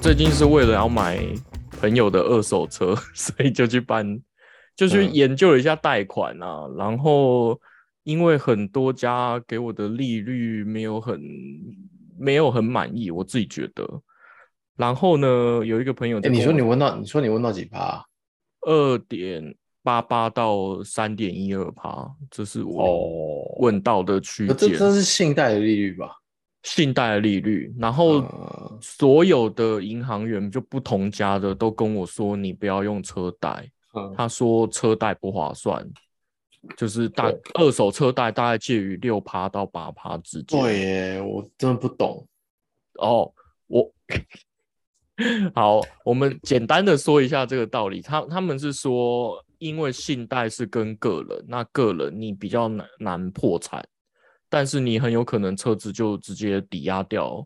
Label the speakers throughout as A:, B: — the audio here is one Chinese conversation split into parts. A: 最近是为了要买朋友的二手车， 所以就去办，就去
B: 嗯
A: 研究了一下贷款啊。然后因为很多家给我的利率没有很没有很满意，我自己觉得。然后呢，有一个朋友
B: 哎，
A: 在跟
B: 你
A: 我
B: 说
A: 讲，
B: 你问到，你说你问到几趴啊？
A: 二点八八到三点一二趴，这是我
B: 哦，
A: 问到的区
B: 可
A: 间，
B: 这这是信贷的利率吧？
A: 信贷的利率。然后
B: 嗯
A: 所有的银行员就不同家的都跟我说，你不要用车贷，
B: 嗯
A: 他说车贷不划算，就是大
B: 对
A: 二手车贷大概介于六趴到八趴之间。
B: 对耶，我真的不懂。
A: 哦，我 好，我们简单的说一下这个道理。他他们是说，因为信贷是跟个人，那个人你比较难难破产，但是你很有可能车子就直接抵押掉，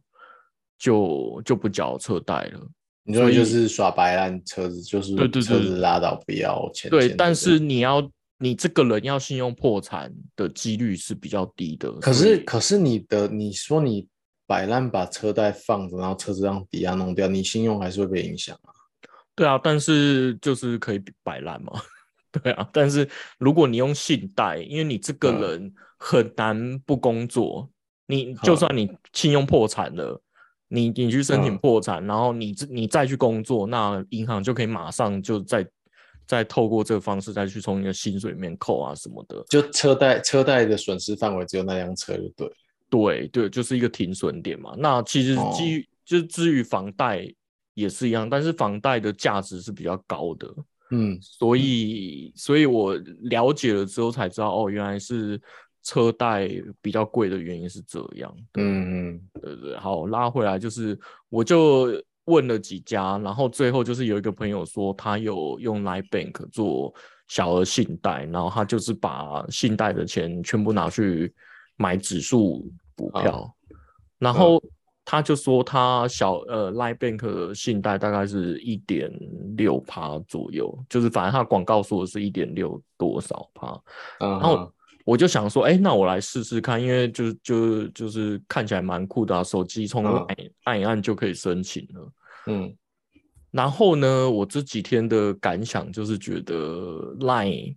A: 就就不缴车贷了。
B: 你说
A: 所以
B: 就是耍白烂，车子就是
A: 对对对
B: 车子拉倒不要钱。
A: 对，
B: 钱
A: 但
B: 钱
A: 是你要你这个人要信用破产的几率是比较低的。
B: 可
A: 所
B: 是
A: 以
B: 可是你的你说你摆烂把车贷放着，然后车子让抵押弄掉，你信用还是会被影响啊。
A: 对啊，但是就是可以摆烂嘛。对啊，但是如果你用信贷，因为你这个
B: 嗯
A: 人很难不工作，你就
B: 嗯
A: 算你信用破产了，你你去申请
B: 嗯
A: 破产，然后你自你再去工作，那银行就可以马上就再再透过这个方式再去从你的薪水里面扣啊什么的。
B: 就车贷车贷的损失范围只有那辆车就对了。
A: 对对，就是一个停损点嘛。那其实
B: 哦
A: 基于、就是至于房贷也是一样，但是房贷的价值是比较高的。
B: 嗯，
A: 所以，所以我了解了之后才知道，哦，原来是车贷比较贵的原因是这样。
B: 嗯嗯，
A: 对对，好，拉回来就是，我就问了几家，然后最后就是有一个朋友说他有用 Line Bank 做小额信贷，然后他就是把信贷的钱全部拿去买指数股票，然后他就说他小呃 Line Bank 的信贷大概是一点六趴左右，就是反正他广告说的是一点六多少趴，
B: 然
A: 然后我就想说，哎、那我来试试看，因为就就就是看起来蛮酷的啊，手机从
B: 嗯
A: 按按一按就可以申请了。
B: 嗯
A: 然后呢，我这几天的感想就是觉得 Line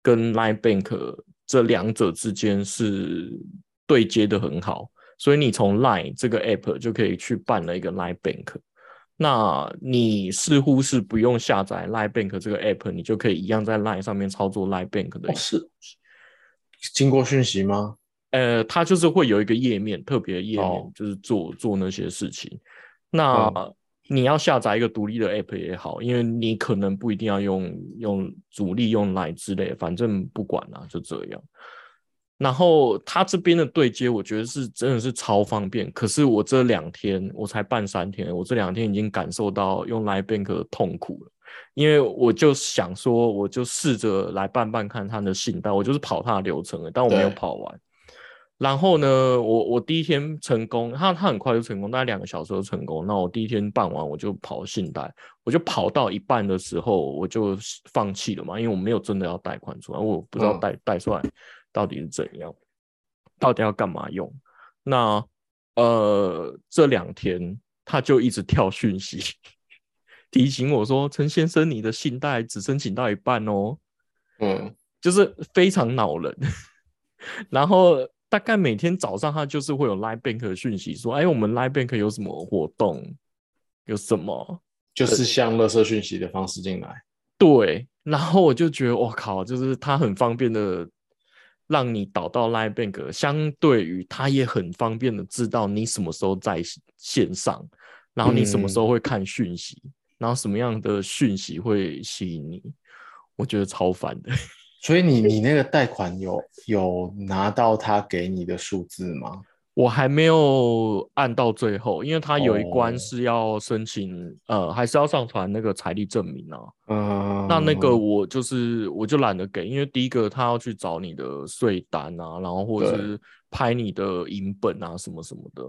A: 跟 Line Bank 这两者之间是对接的很好，所以你从 Line 这个 App 就可以去办了一个 Line Bank。那你似乎是不用下载 Line Bank 这个 App，你就可以一样在 Line 上面操作 Line Bank 的、
B: 哦是经过讯息吗？
A: 呃，它就是会有一个页面，特别的页面，
B: 哦
A: 就是做做那些事情。那、
B: 嗯
A: 你要下载一个独立的 app 也好，因为你可能不一定要用用主力用来之类，反正不管啦、就这样。然后它这边的对接，我觉得是真的是超方便。可是我这两天我才办三天，我这两天已经感受到用 Line Bank 的痛苦了，因为我就想说，我就试着来办办看它的信贷，我就是跑它的流程了，但我没有
B: 对
A: 跑完。然后呢，我我第一天成功，他他很快就成功，大概两个小时就成功。那我第一天办完，我就跑信贷，我就跑到一半的时候，我就放弃了嘛，因为我没有真的要贷款出来，我不知道
B: 嗯
A: 贷贷出来到底是怎样，到底要干嘛用。那呃，这两天他就一直跳讯息 提醒我说：“陈先生，你的信贷只申请到一半哦。”
B: 嗯
A: 就是非常恼人。 然后大概每天早上，他就是会有 Line Bank 的讯息说：“哎，我们 Line Bank 有什么活动？有什么
B: 就是像垃圾讯息的方式进来。？”
A: 对，然后我就觉得我靠，就是他很方便的让你导到 Line Bank，相对于他也很方便的知道你什么时候在线上，然后你什么时候会看讯息，然后什么样的讯息会吸引你，我觉得超烦的。
B: 所以你你那个贷款有有拿到他给你的数字吗？
A: 我还没有按到最后，因为它有一关
B: 哦
A: 是要申请，呃，还是要上传那个财力证明啊。
B: 嗯，
A: 那那个我就是我就懒得给，因为第一个他要去找你的税单啊，然后或者
B: 对
A: 是拍你的银本啊什么什么的，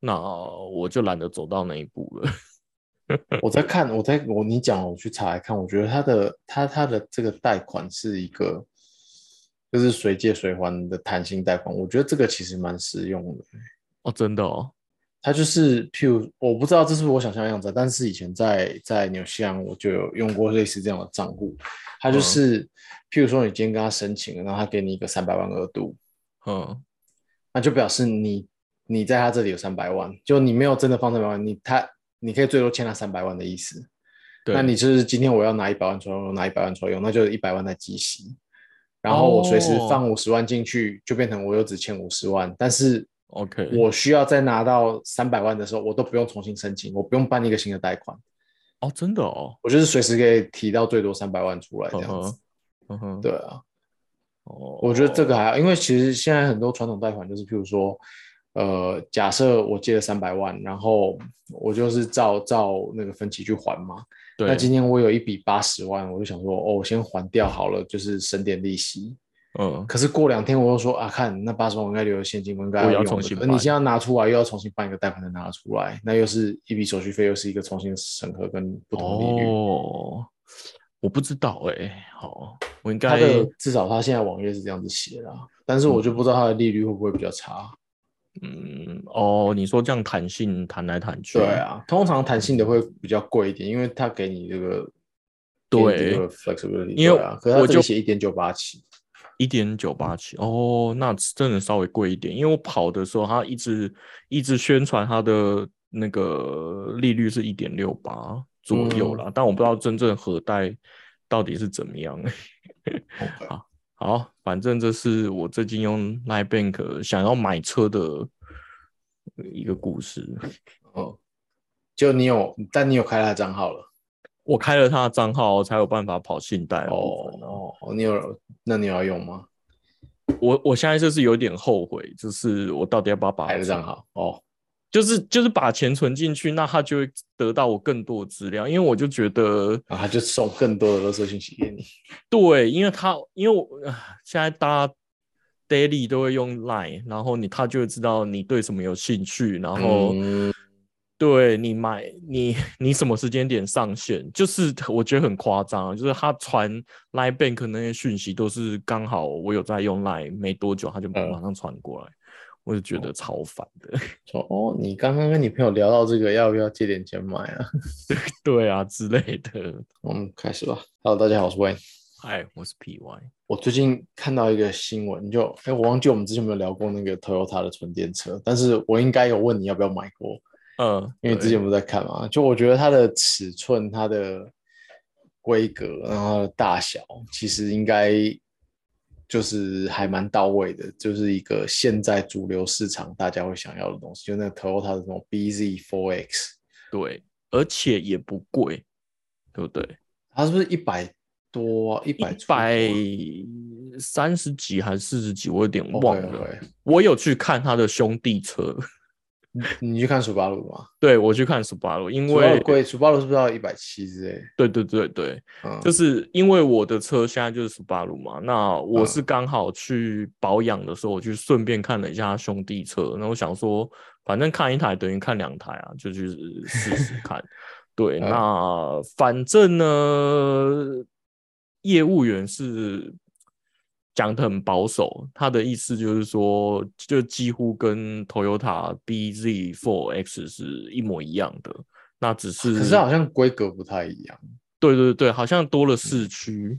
A: 那我就懒得走到那一步了。
B: 我在看，我在我你讲，我去查来看，我觉得他的他他的这个贷款是一个，就是随借随还的弹性贷款，我觉得这个其实蛮实用的。
A: 哦，真的哦，
B: 它就是譬如我不知道这是不是我想象的样子啊，但是以前在在纽西兰我就有用过类似这样的账户，它就是、譬如说你今天跟他申请了，然后他给你一个三百万额度，
A: 嗯，
B: 那就表示你你在他这里有三百万，就你没有真的放三百万，你他你可以最多欠他三百万的意思。
A: 对，
B: 那你就是今天我要拿一百万出来用，拿一百万出来用，那就是一百万在积息，然后我随时
A: 哦
B: 放五十万进去，就变成我又只欠五十万，但是
A: OK
B: 我需要再拿到三百万的时候，我都不用重新申请，我不用办一个新的贷款，
A: 哦，真的哦，
B: 我就是随时可以提到最多三百万出来这
A: 嗯
B: 样子。
A: 哼，嗯哼，
B: 对啊，
A: 哦，
B: 我觉得这个还好，因为其实现在很多传统贷款就是，譬如说，呃，假设我借了三百万，然后我就是照照那个分期去还嘛，
A: 对，
B: 那今天我有一笔八十万，我就想说，哦，我先还掉好了，就是省点利息。
A: 嗯，
B: 可是过两天我又说啊，看那八十万我应该留着现金，我应该
A: 我也要
B: 用
A: 重
B: 的
A: 新
B: 可是
A: 办
B: 你现在要拿出来，又要重新办一个贷款再拿出来，那又是一笔手续费，又是一个重新审核跟不同的利率。
A: 哦，我不知道哎、好，我应
B: 它
A: 该
B: 的至少它现在网页是这样子写啦，但是我就不知道它的利率会不会比较差。
A: 嗯，哦，你说这样弹性弹来弹去，
B: 对，啊，通常弹性的会比较贵一点，因为它给你这个给你
A: 对
B: 这个 flexibility，
A: 因为
B: 对啊，可是它
A: 我
B: 这
A: 就
B: 里写一点九八起，
A: 一点九八七，哦，那真的稍微贵一点，因为我跑的时候，他一直一直宣传他的那个利率是一点六八左右啦，但我不知道真正核贷到底是怎么样。
B: OK
A: 好，反正这是我最近用 Line Bank 想要买车的一个故事。
B: 嗯，就你有，但你有开他的账号了。
A: 我开了他的账号，才有办法跑信贷的部分啊
B: 哦哦，你有，那你有要用吗？
A: 我我现在就是有点后悔，就是我到底要不要把它
B: 开的账号哦，
A: 就是就是把钱存进去，那他就会得到我更多的资料，因为我就觉得
B: 然后他就送更多的垃圾信息给你。
A: 对，因为他因为我啊现在大家 daily 都会用 Line，然后你他就会知道你对什么有兴趣，然后
B: 嗯
A: 对你买你你什么时间点上线，就是我觉得很夸张啊，就是他传 Line Bank 那些讯息都是刚好我有在用 Line 没多久，他就
B: 嗯哦
A: 马上传过来，我就觉得超烦的。
B: 说哦，你刚刚跟你朋友聊到这个，要不要借点钱买啊？
A: 对啊之类的。
B: 我们开始吧。Hello，大家好，我是 Wayne。
A: 哎，我是 PY。
B: 我最近看到一个新闻，就哎，我忘记我们之前有没有聊过那个 Toyota 的纯电车，但是我应该有问你要不要买过，
A: 嗯，
B: 因为之
A: 对
B: 前不是在看嘛。就我觉得它的尺寸、它的规格，然后它的大小，其实应该就是还蛮到位的，就是一个现在主流市场大家会想要的东西，就那个 Toyota 的那种 BZ4X，
A: 对，而且也不贵，对不对？
B: 它是不是一百多啊？一
A: 一
B: 百
A: 百三十几还是四十几，我有点
B: 哦
A: 忘了。
B: OK，OK
A: 我有去看他的兄弟车，
B: 你去看苏巴鲁嘛？
A: 对我去看 Subaru，因
B: 苏巴
A: 为
B: 鲁贵，苏巴鲁是不是要一百七之类？
A: 对对对对，
B: 嗯，
A: 就是因为我的车现在就是 Subaru 嘛，那我
B: 嗯
A: 是刚好去保养的时候，我去顺便看了一下他兄弟车，然后想说反正看一台等于看两台啊，就 去试试看。对，
B: 嗯
A: 那反正呢，业务员是讲的很保守，他的意思就是说，就几乎跟 Toyota BZ4X 是一模一样的，那只是
B: 可是好像规格不太一样。
A: 对对对，好像多了四驱。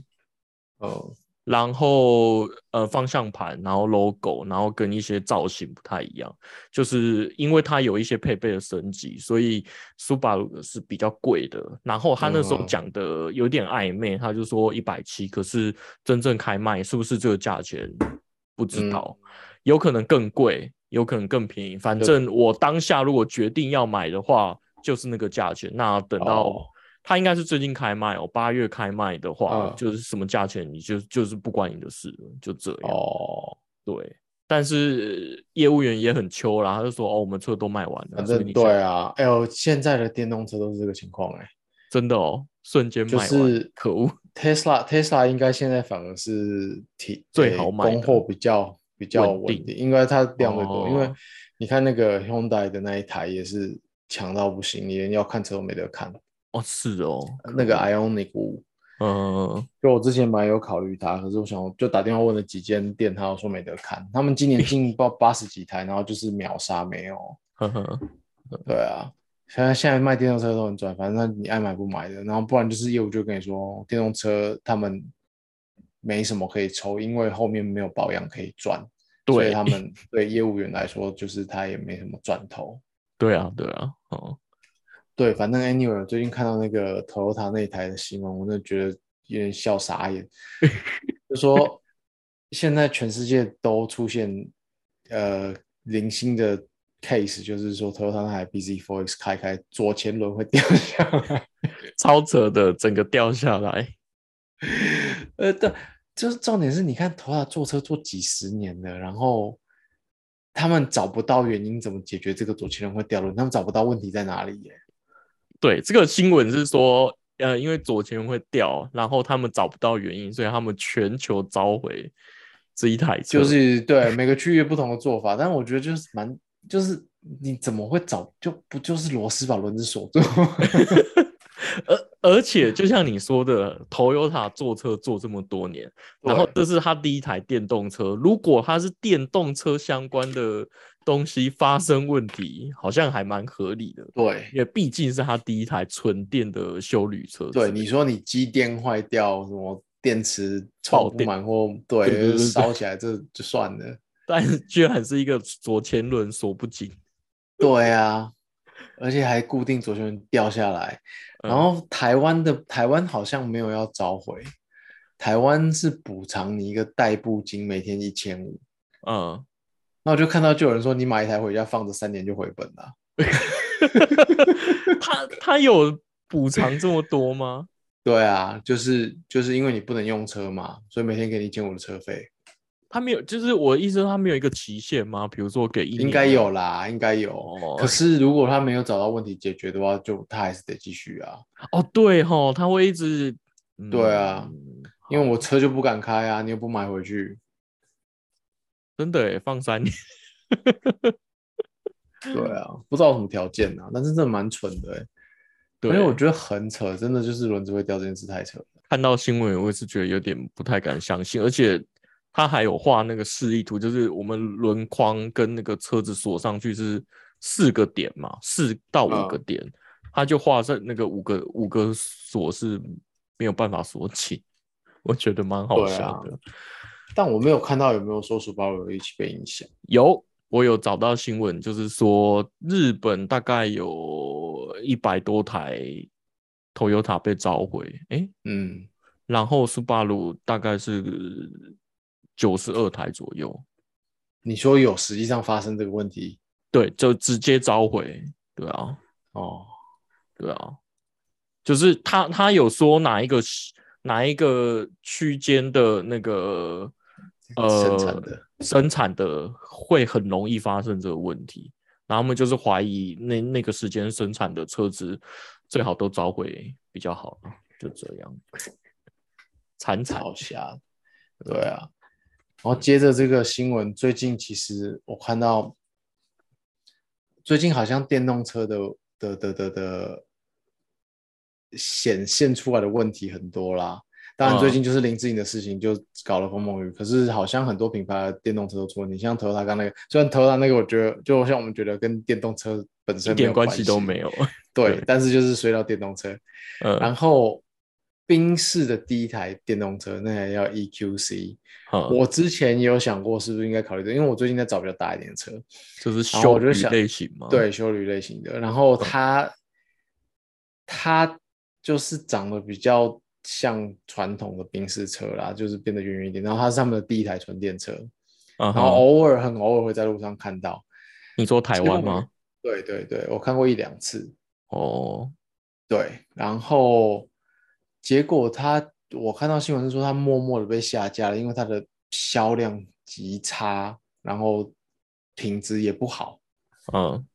A: 哦
B: 嗯，
A: 然后呃方向盘，然后 logo，然后跟一些造型不太一样，就是因为它有一些配备的升级，所以 Subaru 是比较贵的。然后他那时候
B: 嗯
A: 讲的有点暧昧，他就说一百七，可是真正开卖是不是这个价钱不知
B: 嗯
A: 道，有可能更贵，有可能更便宜。反
B: 对
A: 正我当下如果决定要买的话，就是那个价钱。那等到、
B: 哦
A: 它应该是最近开卖哦，八月开卖的话，
B: 嗯
A: 就是什么价钱，你就就是不关你的事了，就这样。
B: 哦，
A: 对，但是业务员也很秋啦，他就说哦，我们车都卖完了，
B: 反
A: 所以
B: 正
A: 你
B: 对
A: 想，
B: 啊，哎呦，现在的电动车都是这个情况哎、
A: 真的哦，瞬间卖
B: 就
A: 完，
B: 是
A: 可恶，
B: Tesla Tesla 应该现在反而是挺
A: 最
B: 哎
A: 好卖的
B: 供货比较比较
A: 稳定
B: 稳定，应该它量最多，
A: 哦
B: 因为你看那个 Hyundai 的那一台也是强到不行，你连要看车都没得看。
A: 哦是哦，
B: 呃那个 Ionic 五，
A: 呃，
B: 就我之前蛮有考虑它，可是我想就打电话问了几间店，他说没得看，他们今年进报八十几台，然后就是秒杀没有。
A: 呵呵，
B: 对啊，现在现在卖电动车都很赚，反正你爱买不买的。然后不然就是业务就跟你说，电动车他们没什么可以抽，因为后面没有保养可以赚。所以
A: 对
B: 他们对业务员来说，就是他也没什么赚头。
A: 对啊，对啊，哦，
B: 对，反正 anyway，我最近看到那个 Toyota 那一台的新闻，我真的觉得有点笑傻 眼。就说现在全世界都出现呃零星的 case，就是说 Toyota 那台 BZ4X 开开左前轮会掉下来。
A: 超扯的，整个掉下来。
B: 呃，但就是重点是，你看 Toyota 坐车坐几十年了，然后他们找不到原因怎么解决这个左前轮会掉轮，他们找不到问题在哪里耶。
A: 对，这个新闻是说，呃，因为左前会掉，然后他们找不到原因，所以他们全球召回这一台车。
B: 就是对每个区域不同的做法，但我觉得就是蛮，就是你怎么会找就不就是螺丝把轮子锁住？
A: 而而且就像你说的，Toyota 坐车坐这么多年，然后这
B: 对
A: 是他第一台电动车。如果它是电动车相关的东西发生问题，好像还蛮合理的，
B: 对
A: 因为毕竟是他第一台纯电的修旅车。
B: 对，你说你机电坏掉，什么电池
A: 爆
B: 充不
A: 电
B: 满或
A: 对对对
B: 对
A: 对
B: 烧起来，这就算了。
A: 但是居然是一个左前轮锁不紧，
B: 对啊，而且还固定左旋掉下来。然
A: 嗯
B: 后台湾的台湾好像没有要召回，台湾是补偿你一个代步金，每天一千五。
A: 嗯，
B: 那我就看到就有人说你买一台回家放着三年就回本了。
A: 他他有补偿这么多吗？
B: 对啊，就是就是因为你不能用车嘛，所以每天给你一千五的车费，
A: 他没有，就是我的意思，他没有一个期限吗？比如说给一年
B: 应该有啦，应该有。
A: 哦
B: 可是如果他没有找到问题解决的话，就他还是得继续啊，
A: 哦，对吼，他会一直，嗯
B: 对啊因为我车就不敢开啊，你又不买 回去，
A: 真的耶欸放三年，
B: 对啊，不知道有什么条件啊，但是真的蛮蠢的、欸，
A: 对，
B: 而且我觉得很扯，真的就是轮子会掉这件事太扯了，
A: 看到新闻，我也是觉得有点不太敢相信，而且他还有画那个示意图，就是我们轮框跟那个车子锁上去是四个点嘛，四到五
B: 嗯
A: 个点，他就画在那个五个五个锁是没有办法锁紧，我觉得蛮好
B: 对
A: 笑
B: 啊
A: 的。
B: 但我没有看到有没有说 Subaru 有一起被影响，
A: 有，我有找到新闻，就是说日本大概有一百多台 Toyota 被召回，诶，
B: 嗯，
A: 然后斯巴鲁大概是九十二台左右，
B: 你说有实际上发生这个问题
A: 对，就直接召回，对啊，
B: 哦，
A: 对啊，就是他他有说哪一个区哪一个区间的那个呃
B: 生产的
A: 生产的会很容易发生这个问题，然后他们就是怀疑那那个时间生产的车子最好都召回比较好，就这样，惨惨
B: 好瞎，对啊。然后接着这个新闻，最近其实我看到，最近好像电动车的的的的的显现出来的问题很多啦。当然，
A: 嗯
B: 最近就是林志颖的事情就搞了风风雨，可是好像很多品牌的电动车都出问题，像 Toyota 刚那个，虽然 Toyota 那个我觉得，就像我们觉得跟电动车本身
A: 一
B: 没
A: 点
B: 有关
A: 关系都没有，
B: 对
A: 对，
B: 但是就是衰到电动车，
A: 呃，
B: 然后宾士的第一台电动车，那台叫 E EQC。
A: 好
B: 我之前也有想过，是不是应该考虑这个因为我最近在找比较大一点的车，
A: 就是
B: 然后
A: 修
B: 我就
A: 理
B: 想
A: 类型嘛，嗯
B: 对，修旅类型的。然后它，它就是长得比较像传统的宾士车啦，就是变得圆圆一点。然后它是他们的第一台纯电车，
A: 嗯哼，
B: 然后哦偶尔很偶尔会在路上看到。
A: 你说台湾
B: 结果
A: 吗？
B: 对对对，我看过一两次。
A: 哦，
B: 对，然后结果他，我看到新闻是说他默默的被下架了，因为它的销量极差，然后品质也不好，
A: 嗯，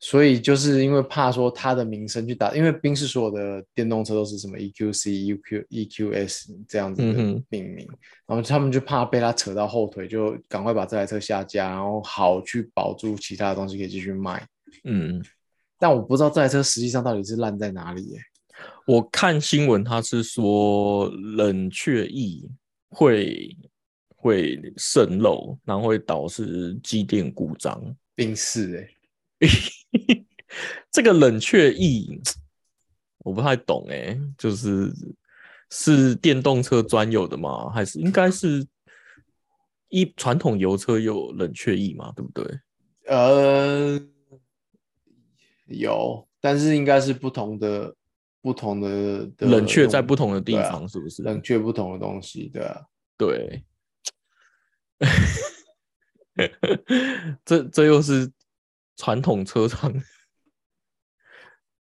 B: 所以就是因为怕说它的名声去打，因为宾士所有的电动车都是什么 E EQC、EQ、EQS E 这样子
A: 嗯
B: 的
A: 哼
B: 命名，然后他们就怕被他扯到后腿，就赶快把这台车下架，然后好去保住其他的东西可以继续卖。
A: 嗯，
B: 但我不知道这台车实际上到底是烂在哪里耶。
A: 我看新闻，他是说冷却液会会渗漏，然后会导致机电故障。
B: 宾士哎、
A: 这个冷却液我不太懂哎、就是是电动车专有的吗？还是应该是一传统油车有冷却液嘛？对不对？
B: 呃，有，但是应该是不同的不同的的
A: 冷却在
B: 用
A: 不同的地
B: 对啊
A: 方是不是？
B: 冷却不同的东西，对啊，
A: 对， 这这又是传统车厂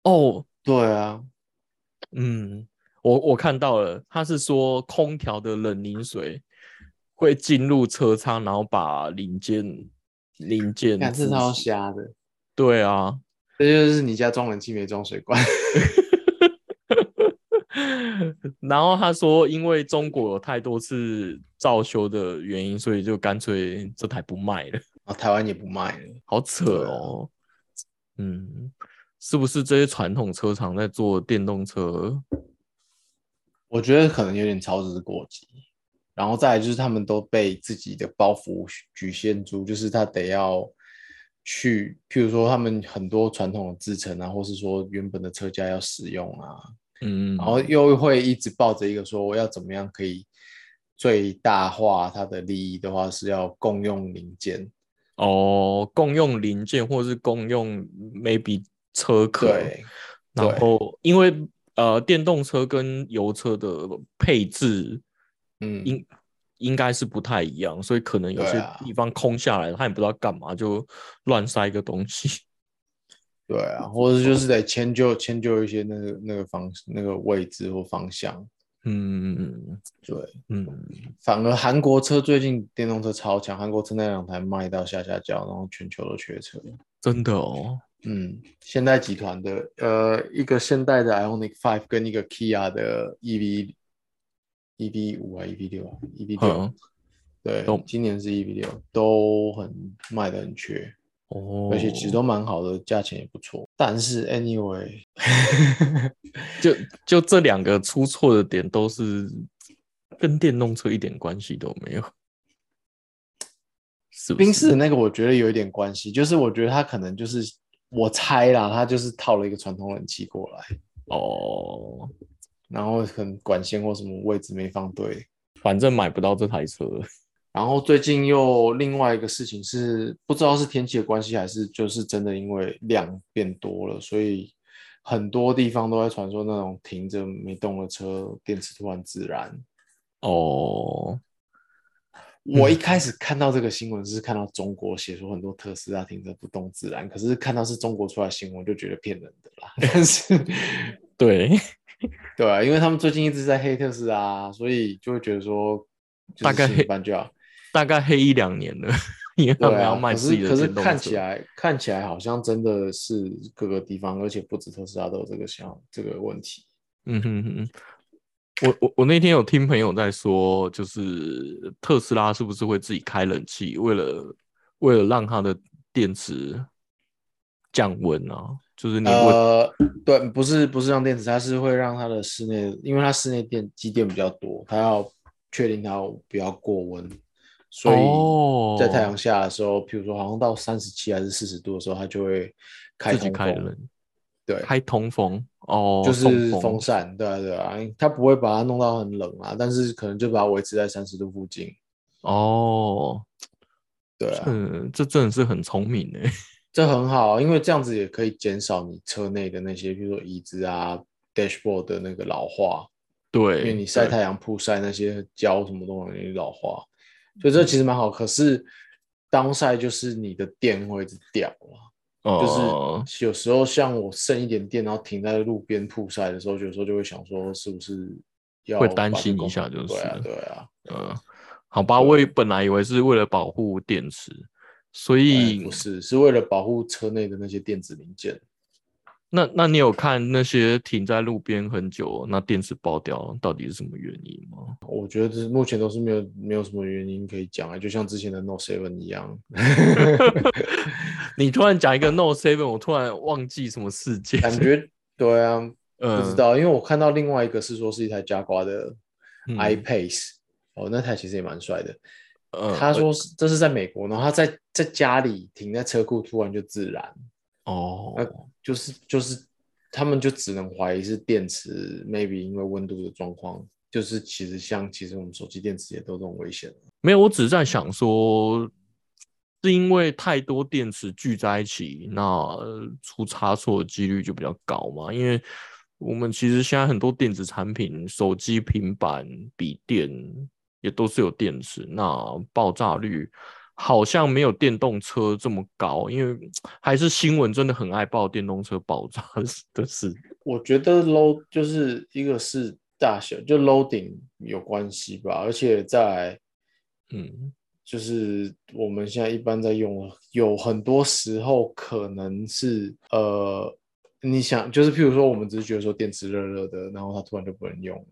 A: 哦。
B: 对啊，
A: 嗯，我我看到了，他是说空调的冷凝水会进入车舱，然后把零件零件
B: 看这
A: 腐
B: 超
A: 蚀
B: 瞎的，
A: 对啊，
B: 这就是你家装冷气没装水管，
A: 然后他说，因为中国有太多次造修的原因，所以就干脆这台不卖了。
B: 然后啊台湾也不卖了，
A: 好扯
B: 对啊
A: 哦。嗯，是不是这些传统车厂在做电动车？
B: 我觉得可能有点操之过急。然后再来就是他们都被自己的包袱局限住，就是他得要去，譬如说他们很多传统的制成啊，或是说原本的车架要使用啊，
A: 嗯，
B: 然后又会一直抱着一个说我要怎么样可以最大化它的利益的话，是要共用零件，
A: 哦，共用零件或是共用 maybe 车壳，
B: 对，
A: 然
B: 对
A: 后因为呃电动车跟油车的配置
B: 嗯，
A: 应应该是不太一样，所以可能有
B: 对
A: 些
B: 啊
A: 地方空下来，他也不知道干嘛，就乱塞一个东西。
B: 对啊，或者就是得迁就迁就一些那个那个方那个位置或方向，
A: 嗯
B: 对。
A: 嗯，
B: 反而韩国车最近电动车超强，韩国车那两台卖到下下焦，然后全球都缺车。
A: 真的哦，
B: 嗯，现代集团的呃一个现代的 Ionic Five 跟一个 Kia 的 EV EV 五啊 EV 六啊 EV 六
A: 嗯，
B: 对
A: 懂，
B: 今年是 EV 六都很卖的很缺，
A: 哦，
B: 而且其实都蛮好的，价钱也不错。但是 anyway，
A: 就就这两个出错的点都是跟电动车一点关系都没有，是不
B: 宾士
A: 是？
B: 的那个我觉得有一点关系，就是我觉得他可能就是我猜啦，他就是套了一个传统冷气过来。
A: 哦，
B: 然后可能管线或什么位置没放对。
A: 反正买不到这台车。
B: 然后最近又另外一个事情是，不知道是天气的关系，还是就是真的因为量变多了，所以很多地方都在传说那种停着没动的车电池突然自燃。
A: 哦，
B: 我
A: 嗯
B: 一开始看到这个新闻是看到中国写说很多特斯拉停着不动自燃，可是看到是中国出来新闻就觉得骗人的啦。 但是
A: 对，
B: 对啊，因为他们最近一直在黑特斯拉，所以就会觉得说就是
A: 大概
B: 信一半就好。
A: 大概黑一两年了，因 为他
B: 对
A: 们要
B: 啊，
A: 卖
B: 可
A: 自
B: 是
A: 己的
B: 可是
A: 电动车。
B: 看起来看起来好像真的是各个地方，而且不止特斯拉都有这个想这个问题。
A: 嗯哼哼，我我我那天有听朋友在说，就是特斯拉是不是会自己开冷气，为了为了让它的电池降温啊？就是你问、
B: 呃，对，不是不是让电池，它是会让它的室内，因为它室内电机电比较多，它要确定它不要过温，所以
A: 哦，
B: 在太阳下的时候，譬如说好像到三十七还是四十度的时候，它就会开
A: 自己
B: 通
A: 开
B: 风，
A: 冷
B: 对，
A: 开通风哦，
B: 就是
A: 送
B: 风扇，对啊对啊，它不会把它弄到很冷啊，但是可能就把它维持在三十度附近，
A: 哦，
B: 对啊，
A: 嗯，这真的是很聪明欸诶。
B: 这很好，啊因为这样子也可以减少你车内的那些，比如说椅子啊、dashboard 的那个老化，
A: 对，
B: 因为你晒
A: 对
B: 太阳、曝晒那些胶什么都容易老化，所
A: 嗯
B: 以这其实蛮好。可是当晒就是你的电会一直掉啊，
A: 哦，
B: 就是有时候像我剩一点电，然后停在路边曝晒的时候，有时候就会想说是不是要
A: 会
B: 把
A: 担
B: 这
A: 心一
B: 功
A: 下
B: 能
A: 就是
B: 对啊
A: 了
B: 对啊，
A: 嗯，好吧，我也本来以为是为了保护电池，所
B: 哎
A: 以
B: 不是是为了保护车内的那些电子零件。
A: 那那你有看那些停在路边很久，那电池爆掉到底是什么原因吗？
B: 我觉得这目前都是没有没有什么原因可以讲啊，就像之前的 No Seven 一样，
A: 你突然讲一 个 No Seven，我突然忘记什么事件，
B: 感 觉对啊，
A: 嗯
B: 不知道，因为我看到另外一个是说是一台加瓜的
A: 嗯
B: iPace，、哦，那台其实也蛮帅的。
A: 呃
B: 他说是这是在美国，然后他在在家里停在车库，突然就自燃，
A: 哦，
B: 那就是就是他们就只能怀疑是电池，maybe 因为温度的状况，就是其实像其实我们手机电池也都这种危险。
A: 没有，我只是在想说，是因为太多电池聚在一起，那呃出差错的几率就比较高嘛。因为我们其实现在很多电子产品，手机、平板、笔电也都是有电池，那爆炸率好像没有电动车这么高，因为还是新闻真的很爱报电动车爆炸的事 的事。
B: 我觉得 load 就是一个是大小，就 loading 有关系吧，而且在
A: 嗯，
B: 就是我们现在一般在用，有很多时候可能是呃，你想就是譬如说我们只是觉得说电池热热的，然后它突然就不能用，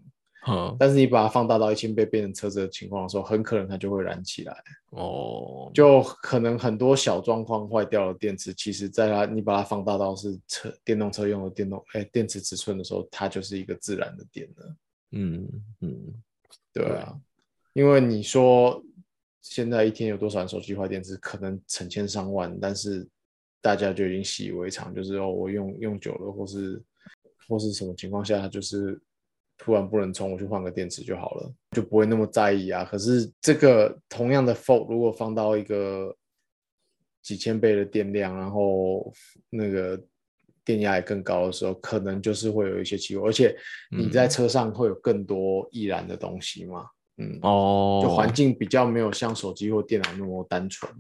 A: 好，
B: 但是你把它放大到一千倍变成车子的情况的时候，很可能它就会燃起来。
A: 哦，
B: 就可能很多小状况坏掉了电池，其实在它你把它放大到是车电动车用的电动哎电池尺寸的时候，它就是一个自燃的点了。
A: 嗯嗯。
B: 对啊，因为你说现在一天有多少人手机坏电池，可能成千上万，但是大家就已经习以为常，就是哦我用用久了，或是或是什么情况下，它就是突然不能充，我去换个电池就好了，就不会那么在意啊。可是这个同样的 fault 如果放到一个几千倍的电量，然后那个电压也更高的时候，可能就是会有一些起火，而且你在
A: 嗯
B: 车上会有更多易燃的东西嘛，嗯，
A: 哦，
B: 就环境比较没有像手机或电脑那么单纯，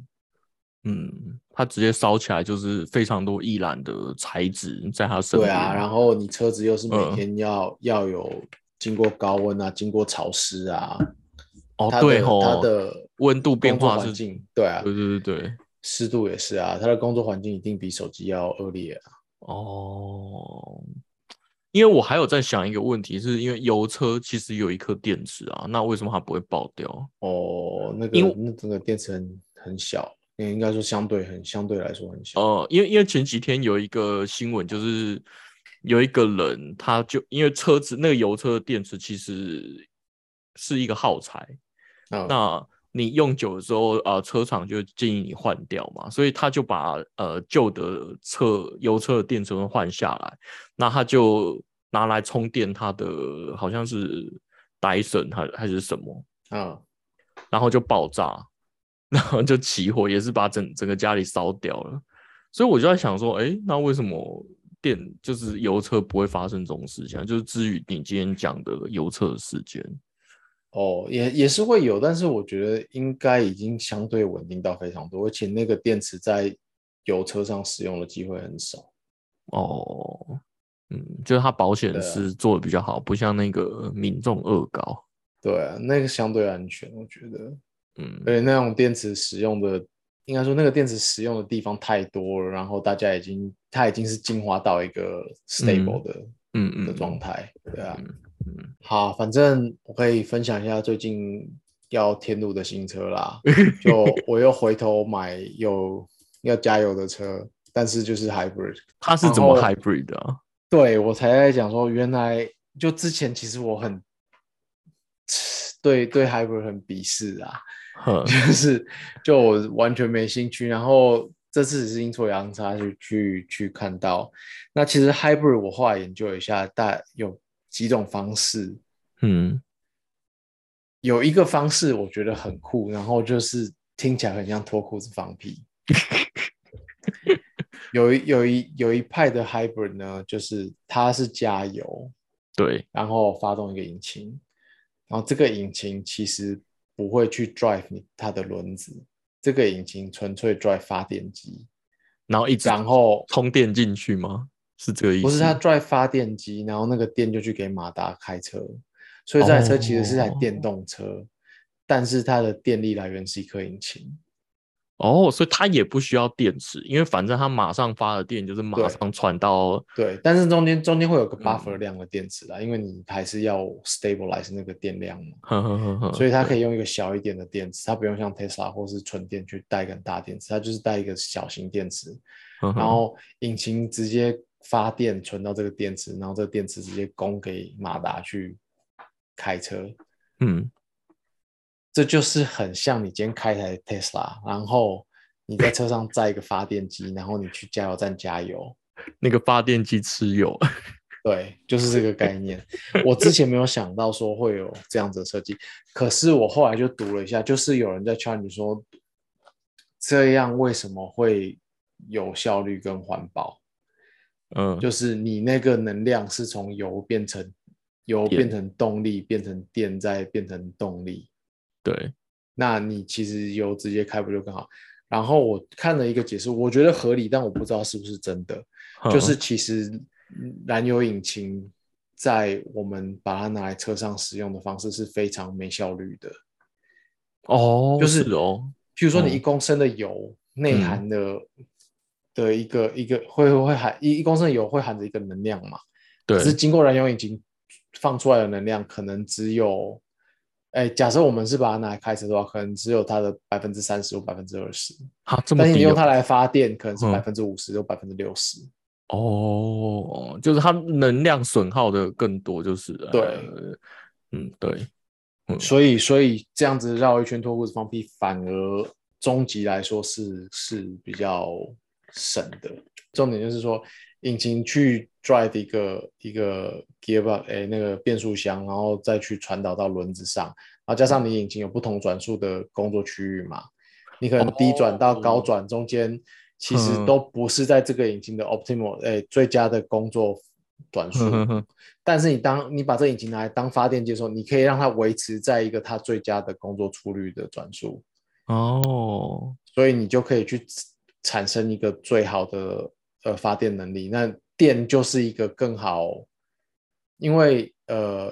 A: 嗯，它直接烧起来就是非常多易燃的材质在它身
B: 对
A: 边。
B: 啊，然后你车子又是每
A: 嗯
B: 天要、要有经过高温啊，经过潮湿啊，
A: 哦，
B: 它的
A: 对吼，
B: 它的
A: 温度变
B: 工作
A: 化
B: 环
A: 是，
B: 境，对啊，
A: 对对对对，
B: 湿度也是啊，它的工作环境一定比手机要恶劣啊，
A: 哦。因为我还有在想一个问题，是因为油车其实有一颗电池啊，那为什么它不会爆掉？
B: 哦，那
A: 因为
B: 个那整个电池很很小，应该说相对很相对来说很小，
A: 呃，因为因为前几天有一个新闻，就是有一个人，他就因为车子那个油车的电池其实是一个耗材，
B: 嗯
A: 那你用久了之后，呃，车厂就建议你换掉嘛，所以他就把呃旧的车油车的电池换下来，那他就拿来充电他的好像是 Dyson 还还是什么，
B: 嗯，
A: 然后就爆炸， 然后就起火，也是把整整个家里烧掉了。所以我就在想说，诶，那为什么电就是油车不会发生这种事情啊？就是至于你今天讲的油车的事件，
B: 哦，也也是会有，但是我觉得应该已经相对稳定到非常多，而且那个电池在油车上使用的机会很少。
A: 哦，嗯，就是它保险
B: 对啊
A: 是做的比较好，不像那个民众恶搞，
B: 对啊，那个相对安全，我觉得，
A: 嗯，
B: 而且那种电池使用的，应该说那个电池使用的地方太多了，然后大家已经，它已经是进化到一个 stable 的、
A: 嗯嗯
B: 的
A: 嗯
B: 状态，对啊，
A: 嗯嗯
B: 好，反正我可以分享一下最近要天路的新车啦， 就我又回头买有要加油的车，但是就是 hybrid，
A: 它是怎么
B: 然
A: hybrid 的啊？
B: 对我才在讲说，原来就之前其实我很对对 hybrid 很鄙视啊，
A: 呵
B: 就是就我完全没兴趣。然后这次只是阴错阳差去去去看到，那其实 hybrid 我后来研究一下，大有几种方式，
A: 嗯，
B: 有一个方式我觉得很酷，然后就是听起来很像脱裤子放屁。有一有一有一派的 hybrid 呢，就是它是加油，
A: 对，
B: 然后发动一个引擎，然后这个引擎其实不会去 drive 你它的轮子，这个引擎纯粹 drive 发电机，
A: 然后一直
B: 然后
A: 充电进去吗？是这个意思？
B: 不是它 drive 发电机，然后那个电就去给马达开车，所以这台车其实是台电动车，但是它的电力来源是一颗引擎。
A: 哦，所以它也不需要电池，因为反正它马上发的电就是马
B: 对
A: 上传到，
B: 对，但是中间中间会有个
A: 嗯
B: buffer 量的电池啦，因为你还是要 stabilize 那个电量嘛，
A: 呵呵呵呵，
B: 所以它可
A: 以，
B: 以用一个小一点的电池，它不用像 Tesla 或是纯电去带一个很大电池，它就是带一个小型电池，
A: 呵呵
B: 然后引擎直接发电存到这个电池，然后这个电池直接供给马达去开车，
A: 嗯，
B: 这就是很像你今天开一台 Tesla，然后你在车上载一个发电机，然后你去加油站加油。
A: 那个发电机吃油，
B: 对，就是这个概念。我之前没有想到说会有这样子的设计，可是我后来就读了一下，就是有人在 challenge 说，这样为什么会有效率跟环保？
A: 嗯，
B: 就是你那个能量是从油变成油
A: 电
B: 变成动力，变成电再变成动力，
A: 对，
B: 那你其实油直接开不就更好？然后我看了一个解释，我觉得合理，但我不知道是不是真的。就
A: 嗯
B: 是其实燃油引擎在我们把它拿来车上使用的方式是非常没效率的。
A: 哦，
B: 就是是
A: 哦，
B: 譬如说，你
A: 嗯
B: 一公升的油内含的、的一个一个会会含一一公升的油会含着一个能量嘛，
A: 对
B: 只，是经过燃油引擎放出来的能量可能只有，哎，假设我们是把它拿来开车的话，可能只有它的百分之三十或百分之二十，
A: 哈，这么
B: 但是你
A: 低
B: 用
A: 哦
B: 它来发电，可能是
A: 嗯
B: 百分之五十或百分之六十。
A: 哦，就是它能量损耗的更多，就是了
B: 对
A: 呃嗯，对，
B: 所以，所以这样子绕一圈脱裤子放屁，反而终极来说是是比较省的。重点就是说，引擎去 drive 一个一个 gearbox，哎、那个变速箱，然后再去传导到轮子上，然后加上你引擎有不同转速的工作区域嘛，你可能低转到高转中间，其实
A: 嗯
B: 都不是在这个引擎的 optimal，哎、最佳的工作转速。
A: 嗯哼哼哼，
B: 但是你当你把这引擎拿来当发电机的时候，你可以让它维持在一个它最佳的工作出率的转速，
A: 哦，
B: 所以你就可以去产生一个最好的呃发电能力。那电就是一个更好，因为呃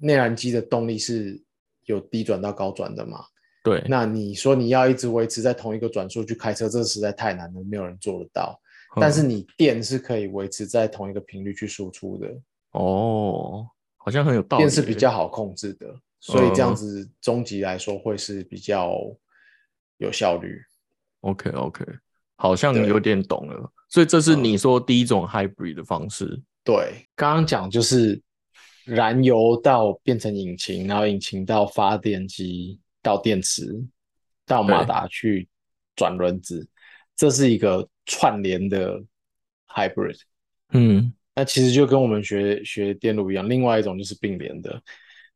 B: 内燃机的动力是有低转到高转的嘛。
A: 对，
B: 那你说你要一直维持在同一个转速去开车，这实在太难了，没有人做得到。但
A: 嗯
B: 是你电是可以维持在同一个频率去输出的。
A: 哦，好像很有道理耶，
B: 电是比较好控制的，所以这样子终极来说会是比较有效率。
A: OK OK，好像
B: 对
A: 有点懂了，所以这是
B: 嗯
A: 你说第一种 hybrid 的方式，
B: 对，刚刚讲就是燃油到变成引擎，然后引擎到发电机，到电池，到马达去转轮子，这是一个串联的 hybrid。
A: 嗯，
B: 那其实就跟我们学学电路一样，另外一种就是并联的。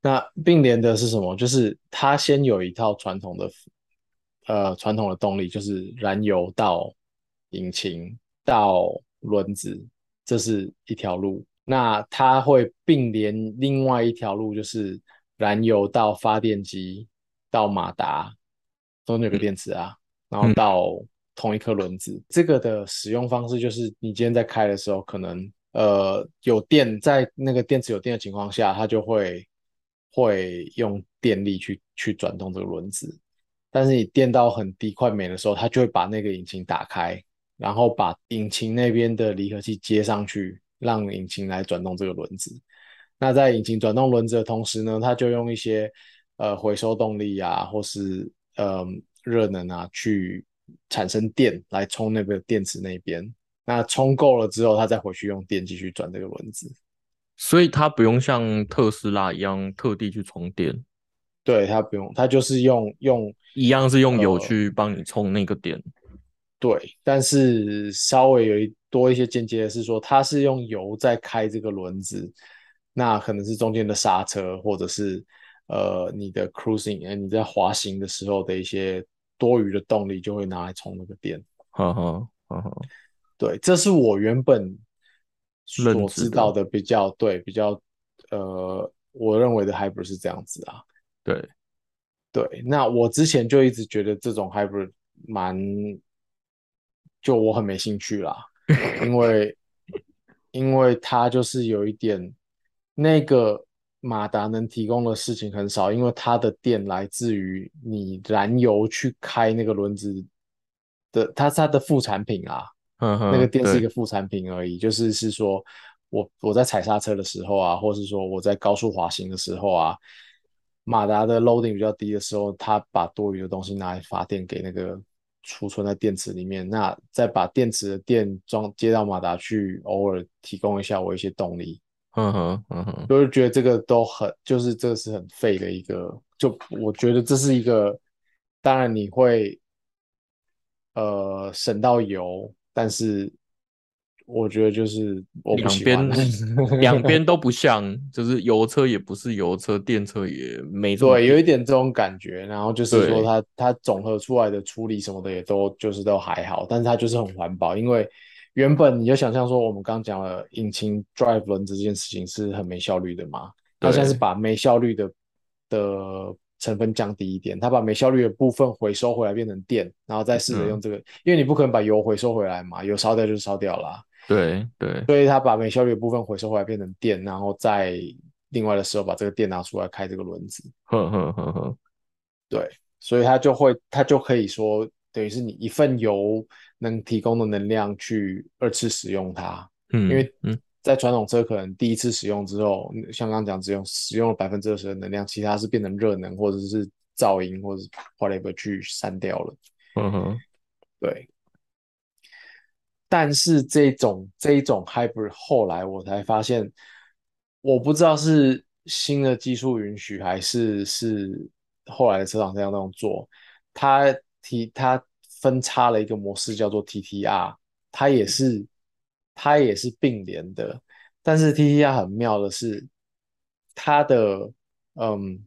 B: 那并联的是什么？就是它先有一套传统的，呃，传统的动力，就是燃油到引擎到轮子，这是一条路。那它会并联另外一条路，就是燃油到发电机到马达，中间有个电池啊，然后到同一颗轮子。这个的使用方式就是，你今天在开的时候，可能呃有电，在那个电池有电的情况下，它就会会用电力去去转动这个轮子。但是你电到很低快没的时候，它就会把那个引擎打开，然后把引擎那边的离合器接上去，让引擎来转动这个轮子。那在引擎转动轮子的同时呢，它就用一些呃回收动力啊，或是呃热能啊，去产生电来充那个电池那边。那充够了之后，它再回去用电继续转这个轮子。
A: 所以它不用像特斯拉一样特地去充电，
B: 对，它不用，它就是用用
A: 一样是用油
B: 呃
A: 去帮你充那个电，
B: 对，但是稍微有一多一些间接的是说，它是用油在开这个轮子，那可能是中间的刹车，或者是呃你的 cruising，呃你在滑行的时候的一些多余的动力就会拿来充那个电。
A: 哈哈哈哈，
B: 对，这是我原本
A: 认
B: 所
A: 知
B: 知
A: 的
B: 道的比较对比较呃，我认为的 hybrid 是这样子啊。
A: 对，
B: 对，那我之前就一直觉得这种 hybrid 蛮，就我很没兴趣啦，因为因为它就是有一点那个马达能提供的事情很少，因为它的电来自于你燃油去开那个轮子的，它是它的副产品啊。
A: 哈哈，
B: 那个电是
A: 嗯对
B: 一个副产品而已，就是是说我我在踩刹车的时候啊，或是说我在高速滑行的时候啊，马达的 loading 比较低的时候，它把多余的东西拿来发电给那个储存在电池里面，那再把电池的电装接到马达去，偶尔提供一下我一些动力，
A: 嗯哼，嗯哼，
B: 就是觉得这个都很，就是这是很废的一个，就我觉得这是一个，当然你会呃省到油，但是我觉得就是我不
A: 两
B: 喜 欢
A: 边 两边都不像，就是油车也不是油车，电车也没这么
B: 对，有
A: 电
B: 一点这种感觉。然后就是
A: 对
B: 说它它总合出来的处理什么的也都就是都还好，但是它就是很环保，因为原本你就想象说我们刚讲了引擎 drive 轮子这件事情是很没效率的嘛，它
A: 对
B: 现在是把没效率的的成分降低一点，它把没效率的部分回收回来变成电，然后再试着
A: 嗯
B: 用这个，因为你不可能把油回收回来嘛，油烧掉就是烧掉啦。
A: 对对
B: 所以他把没效率的部分回收回来变成电，然后再另外的时候把这个电拿出来开这个轮子，
A: 呵呵呵呵，
B: 所以它就会它就可以说，等于是你一份油能提供的能量去二次使用它，
A: 嗯，
B: 因为
A: 嗯
B: 在传统车可能第一次使用之后，嗯像刚刚讲只用使用了百分之二十的能量，其他是变成热能或者是噪音或者是 whatever 去删掉了。
A: 嗯呵呵，
B: 对。但是这种这一种 hybrid 后来我才发现，我不知道是新的技术允许，还是是后来的车厂这样那样做。它提它分叉了一个模式叫做 TTR，它也是它也是并联的，但是 TTR 很妙的是，它的嗯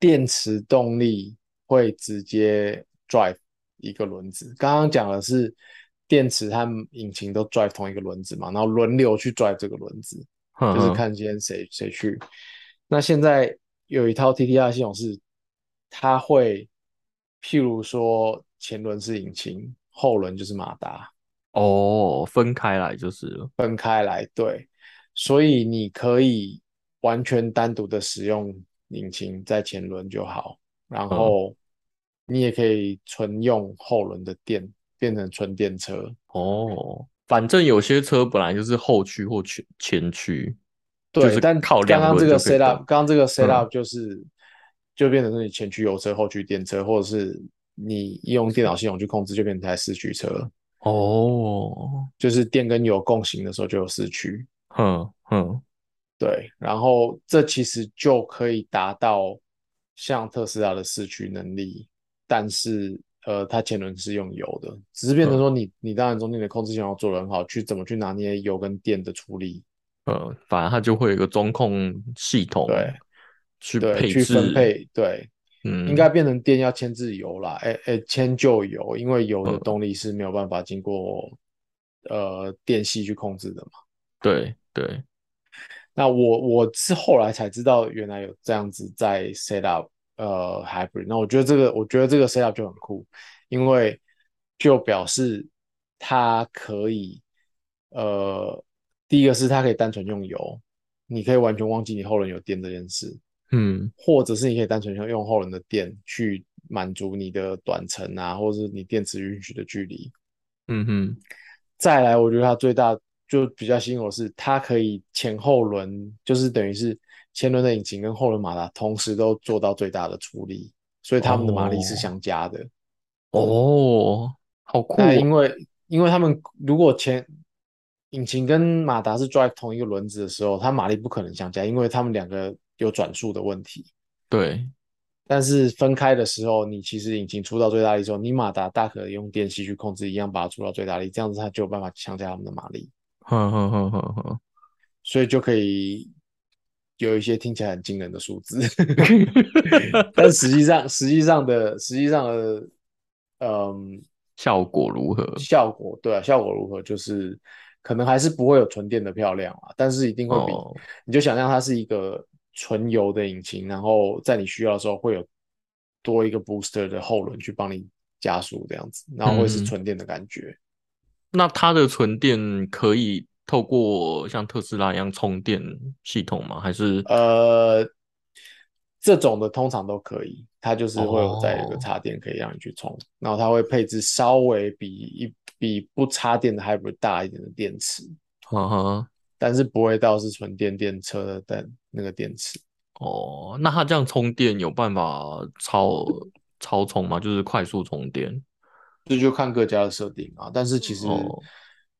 B: 电池动力会直接 drive 一个轮子。刚刚讲的是电池和引擎都 drive 同一个轮子嘛，然后轮流去 drive 这个轮子，
A: 呵
B: 就是
A: 呵
B: 看今天谁谁去。那现在有一套 TTR 系统是，它会譬如说前轮是引擎，后轮就是马达。
A: 哦，分开来就是了，
B: 分开来，对，所以你可以完全单独的使用引擎在前轮就好，
A: 嗯
B: 然后你也可以纯用后轮的电，变成纯电车。
A: 哦，反正有些车本来就是后驱或前前驱，就
B: 对，
A: 是
B: 但
A: 靠
B: 刚
A: 两
B: 刚
A: 轮
B: 这个
A: 就可以嗯
B: set up，
A: 动
B: 刚刚这个 set up 就是、就变成是你前驱油车，后驱电车，或者是你用电脑系统去控制，就变成台四驱车，
A: 哦，
B: 就是电跟油共行的时候就有四驱。
A: 哼哼，
B: 对，然后这其实就可以达到像特斯拉的四驱能力，但是呃，它前轮是用油的，只是变成
A: 嗯
B: 说你你当然中间的控制性要做得很好，去怎么去拿捏油跟电的处理，
A: 呃，反正它就会有一个中控系统，
B: 对，
A: 去
B: 对，
A: 配
B: 去分
A: 置，
B: 配，对，
A: 嗯，
B: 应该变成电要牵制油啦，哎哎，迁就油，因为油的
A: 嗯
B: 动力是没有办法经过呃电系去控制的嘛。
A: 对对，
B: 那我我是后来才知道，原来有这样子在 set up 呃 hybrid。那我觉得这个，我觉得这个 set up 就很酷，因为就表示它可以呃，第一个是它可以单纯用油，你可以完全忘记你后轮有电这件事，
A: 嗯
B: 或者是你可以单纯用用后轮的电去满足你的短程啊，或者是你电池允许的距离。
A: 嗯哼，
B: 再来，我觉得它最大就比较吸引我是，它可以前后轮，就是等于是前轮的引擎跟后轮马达同时都做到最大的出力，所以它们的马力是
A: 哦
B: 相加的。
A: 哦，好酷
B: 那哎因
A: 哦，
B: 为因为他们如果前引擎跟马达是 drive 同一个轮子的时候，它马力不可能相加，因为它们两个有转速的问题。
A: 对，
B: 但是分开的时候，你其实引擎出到最大力之后，你马达大可用电吸去控制，一样把它出到最大力，这样子它就有办法相加它们的马力。
A: 哼哼哼哼哼，
B: 所以就可以有一些听起来很惊人的数字， 但实际上实际上的实际上的嗯
A: 效果如何？
B: 效果对啊效果如何，就是可能还是不会有纯电的漂亮啊，但是一定会比、
A: 哦，
B: 你就想象它是一个纯油的引擎，然后在你需要的时候会有多一个 booster 的后轮去帮你加速这样子，然后会是
A: 嗯
B: 纯电的感觉。
A: 那它的纯电可以透过像特斯拉一样充电系统吗？还是
B: 呃，这种的通常都可以，它就是会有在有一个
A: 哦
B: 插电可以让你去充，然后它会配置稍微比一比不插电的 hybrid 大一点的电池，
A: 嗯哼，
B: 但是不会到是纯电电车的但那个电池。
A: 哦，那它这样充电有办法超超充吗？就是快速充电？
B: 这就看各家的设定啊，但是其实
A: 哦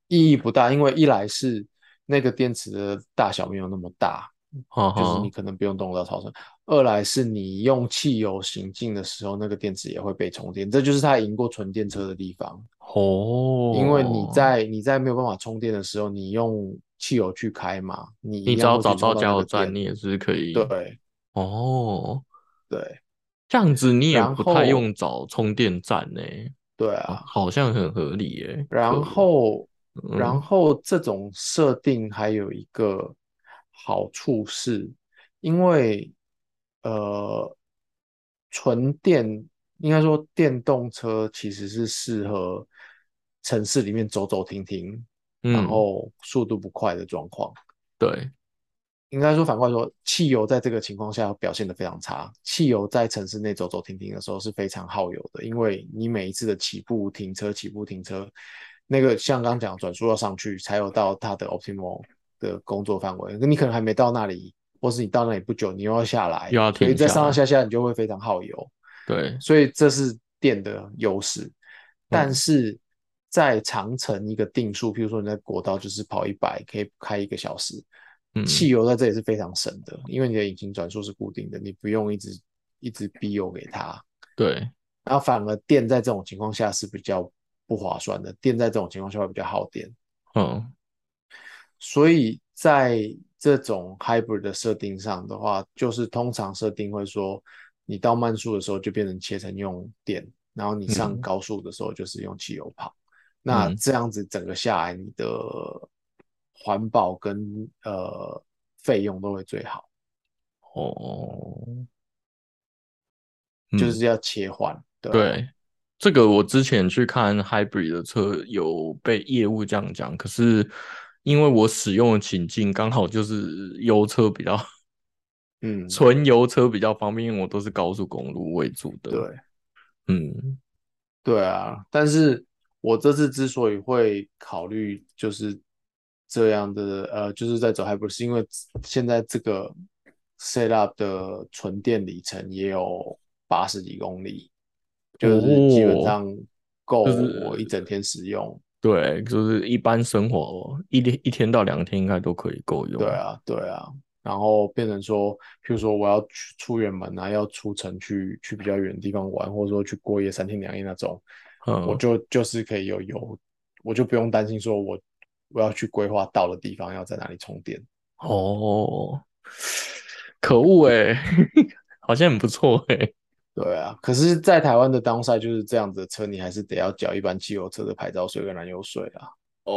B: 意义不大，因为一来是那个电池的大小没有那么大，
A: 哈
B: 就是
A: 哈
B: 你，可能不用动到超声。二来是你用汽油行进的时候，那个电池也会被充电，这就是它赢过纯电车的地方。
A: 哦，
B: 因为你在你在没有办法充电的时候，你用汽油去开嘛，你
A: 你
B: 你
A: 只要找到
B: 到
A: 加油
B: 那个
A: 站，你
B: 电
A: 也是可以。
B: 对
A: 哦，
B: 对
A: 这样子你也
B: 然
A: 不太
B: 后
A: 用找充电站呢、
B: 对
A: 哦
B: 啊。
A: 好像很合理耶、嗯
B: 然后
A: 可，
B: 然后这种设定还有一个好处是，因为呃，纯电应该说电动车其实是适合城市里面走走停停，
A: 嗯，
B: 然
A: 嗯
B: 后速度不快的状况。
A: 对，
B: 应该说反过来说，汽油在这个情况下表现得非常差。汽油在城市内走走停停的时候是非常耗油的，因为你每一次的起步停车、起步停车，那个像刚刚讲的转速要上去，才有到它的 optimal 的工作范围。那你可能还没到那里，或是你到那里不久，你又要下来，
A: 又要
B: 所以
A: 停
B: 在
A: 下
B: 上上
A: 来
B: 下下你就会非常耗油。
A: 对，
B: 所以这是电的优
A: 嗯
B: 势。但是在长城一个定速，譬如说你在国道就是跑一百，可以开一个小时，
A: 嗯，
B: 汽油在这里是非常省的，因为你的引擎转速是固定的，你不用一直一直逼油给它。
A: 对，
B: 然后反而电在这种情况下是比较不划算的，电在这种情况下会比较耗电。
A: 嗯，
B: 所以在这种 hybrid 的设定上的话，就是通常设定会说，你到慢速的时候就变成切成用电，然后你上
A: 嗯
B: 高速的时候就是用汽油跑。那
A: 嗯
B: 这样子整个下来，你的环保跟呃费用都会最好，
A: 哦，
B: 就是要切换。对
A: 嗯、对。这个我之前去看 Hybrid 的车有被业务这样讲，可是因为我使用的情境刚好就是油车比较
B: 嗯，
A: 纯油车比较方便，因为我都是高速公路为主的。
B: 对，
A: 嗯，
B: 对啊，但是我这次之所以会考虑就是这样的，呃，就是在走 hybrid，是因为现在这个 set up 的纯电里程也有八十几公里，就是基本
A: 哦
B: 上够
A: 就是
B: 我一整天使用。
A: 对，就是一般生活一天一天到两天应该都可以够用。
B: 对，啊，对啊，然后变成说，譬如说我要去出远门啊，要出城去去比较远的地方玩，或者说去过夜三天两夜那种，
A: 嗯，
B: 我就就是可以有油，我就不用担心说我我要去规划到的地方要在哪里充电。
A: 哦，可恶哎、 好像很不错哎、
B: 对啊，可是，在台湾的当赛就是这样子的车，你还是得要缴一般汽油车的牌照税跟燃油税啊。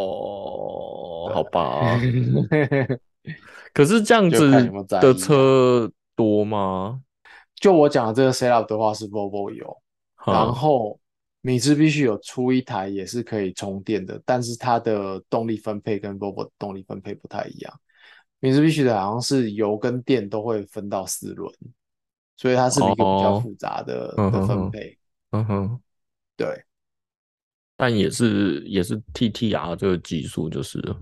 A: 哦，好吧，
B: 啊
A: 可是这样
B: 就
A: 子
B: 看有没有在
A: 的
B: 意啊
A: 车多吗？
B: 就我讲的这个 setup 的话是 Volvo 有，然
A: 嗯
B: 后米兹必须有出一台也是可以充电的，但是它的动力分配跟 Volvo 的动力分配不太一样。米兹必须的好像是油跟电都会分到四轮，所以它是一个比较
A: 哦
B: 复杂的、
A: 嗯
B: 的
A: 哼
B: 分
A: 哼
B: 配。
A: 嗯哼，
B: 对
A: 但也是也是 TTR 这个级数就是了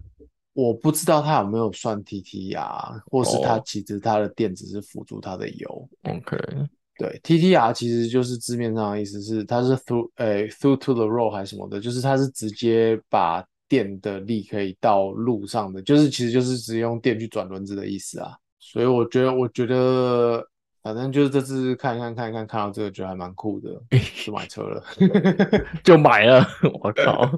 B: 我不知道它有没有算 TTR，或是它
A: 哦
B: 其实它的电只是辅助它的油。
A: OK，
B: 对，TTR 其实就是字面上的意思是，它是 through 呃 through to the road 还是什么的，就是它是直接把电的力可以到路上的，就是其实就是直接用电去转轮子的意思啊。所以我觉得，我觉得反正就是这次看一看看一看看到这个，觉得还蛮酷的，就买车了。
A: 就买了， 我 靠！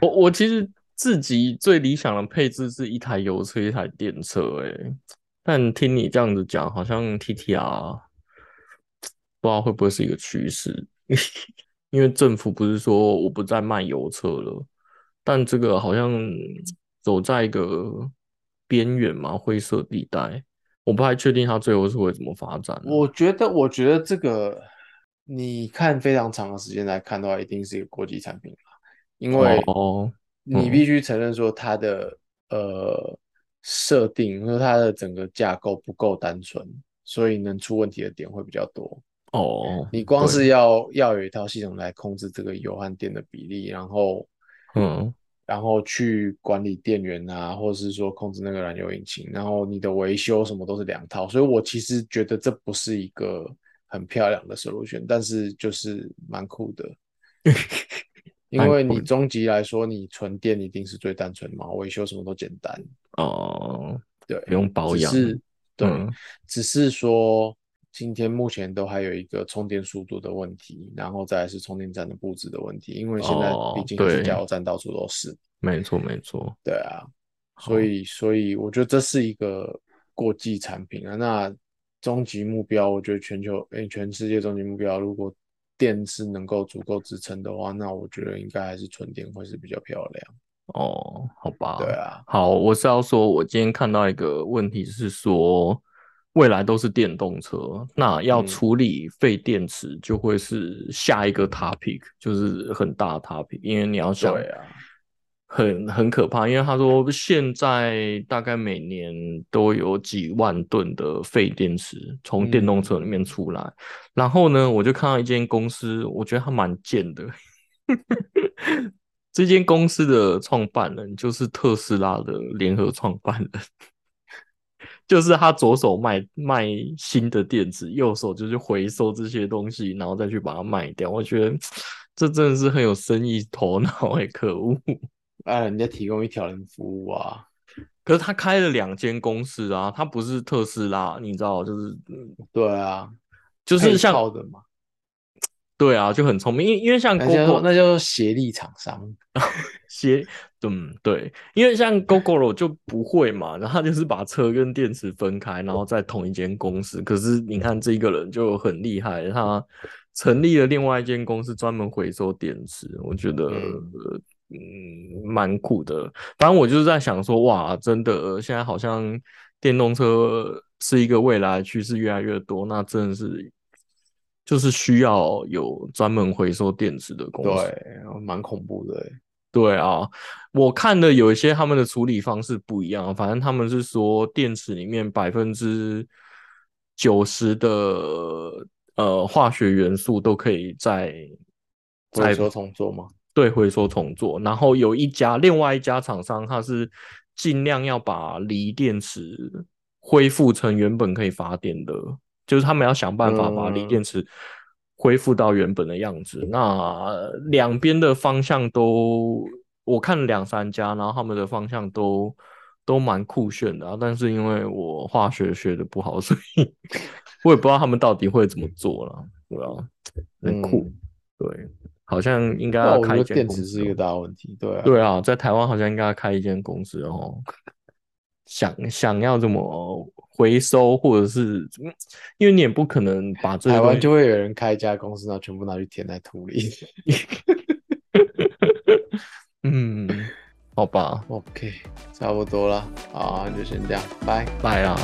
A: 我我其实自己最理想的配置是一台油车，一台电车、欸，但听你这样子讲，好像 TTR 不知道会不会是一个趋势， 因为政府不是说我不再卖油车了，但这个好像走在一个边缘嘛，灰色地带，我不太确定它最后是会怎么发展啊。
B: 我觉得，我觉得这个你看非常长的时间来看的话，一定是一个国际产品啦因为
A: 哦，
B: 你
A: 嗯
B: 必须承认说它的呃设定和它的整个架构不够单纯，所以能出问题的点会比较多。
A: 哦，
B: 你光
A: 对
B: 是要要有一套系统来控制这个油和电的比例，然后
A: 嗯。
B: 然后去管理电源啊，或者是说控制那个燃油引擎，然后你的维修什么都是两套，所以我其实觉得这不是一个很漂亮的 solution，但是就是蛮酷 的，因
A: 蛮
B: 为
A: 酷
B: 你
A: 的
B: 终极来说，你纯电一定是最单纯嘛，维修什么都简单，
A: 哦，
B: 对，
A: 不用保
B: 哎只
A: 养。
B: 是对，
A: 嗯
B: 只是说今天目前都还有一个充电速度的问题，然后再来是充电站的布置的问题，因为现在
A: 哦
B: 毕竟
A: 对
B: 是加油站到处都是，
A: 没错，没错。
B: 对啊，所以所以我觉得这是一个过季产品啊。那终极目标，我觉得全球诶、全世界终极目标，如果电是能够足够支撑的话，那我觉得应该还是纯电会是比较漂亮。
A: 哦，好吧。
B: 对啊，
A: 好，我是要说，我今天看到一个问题是说，未来都是电动车，那要
B: 嗯
A: 处理废电池就会是下一个 topic，就是很大的 topic，因为你要想，
B: 对啊，
A: 很很可怕，因为他说现在大概每年都有几万吨的废电池从电动车里面出来，然后呢，我就看到一间公司，我觉得他蛮贱的。 这间公司的创办人就是特斯拉的联合创办人， 就是他左手卖卖新的电池，右手就是回收这些东西，然后再去把它卖掉。我觉得这真的是很有生意头脑哎、可恶！
B: 啊，人家提供一条龙服务啊，
A: 可是他开了两间公司啊，他不是特斯拉，你知道，就是嗯
B: 对啊，
A: 就
B: 配
A: 是像
B: 套的嘛，
A: 对啊，就很聪明，因为因为像
B: 那叫做
A: GoGo
B: 那叫做协力厂商。
A: 些，嗯，对，因为像 GoGo 就不会嘛，然后他就是把车跟电池分开，然后在同一间公司。可是你看这一个人就很厉害，他成立了另外一间公司专门回收电池，我觉得。
B: 嗯
A: 呃嗯，蛮酷的。反正我就是在想说，哇，真的，呃现在好像电动车是一个未来趋势，越来越多。那真的是，就是需要有专门回收电池的公司。
B: 对，蛮恐怖的欸。
A: 对啊，我看的有一些他们的处理方式不一样，反正他们是说电池里面百分之九十的呃化学元素都可以在
B: 回收重做吗？
A: 对回收重做，然后有一家另外一家厂商，它是尽量要把锂电池恢复成原本可以发电的，就是他们要想办法把锂
B: 嗯
A: 电池恢复到原本的样子。那两边的方向都，我看两三家，然后他们的方向都都蛮酷炫的、啊，但是因为我化学学的不好，所以 我也不知道他们到底会怎么做了，对啊，很酷。
B: 嗯
A: 对，好像应该
B: 那
A: 要
B: 我觉
A: 开一
B: 得
A: 间
B: 电
A: 公
B: 池
A: 司
B: 是一个
A: 哦
B: 大问题，对啊，
A: 对啊，在台湾好像应该要开一间公司哦。想想要怎么回收，或者是嗯因为你也不可能把这些
B: 台
A: 东
B: 湾
A: 西
B: 就会有人开一家公司，然后全部拿去填在土里。
A: 嗯，好吧，
B: OK，差不多了，好，那就先这样，拜。
A: 拜啊。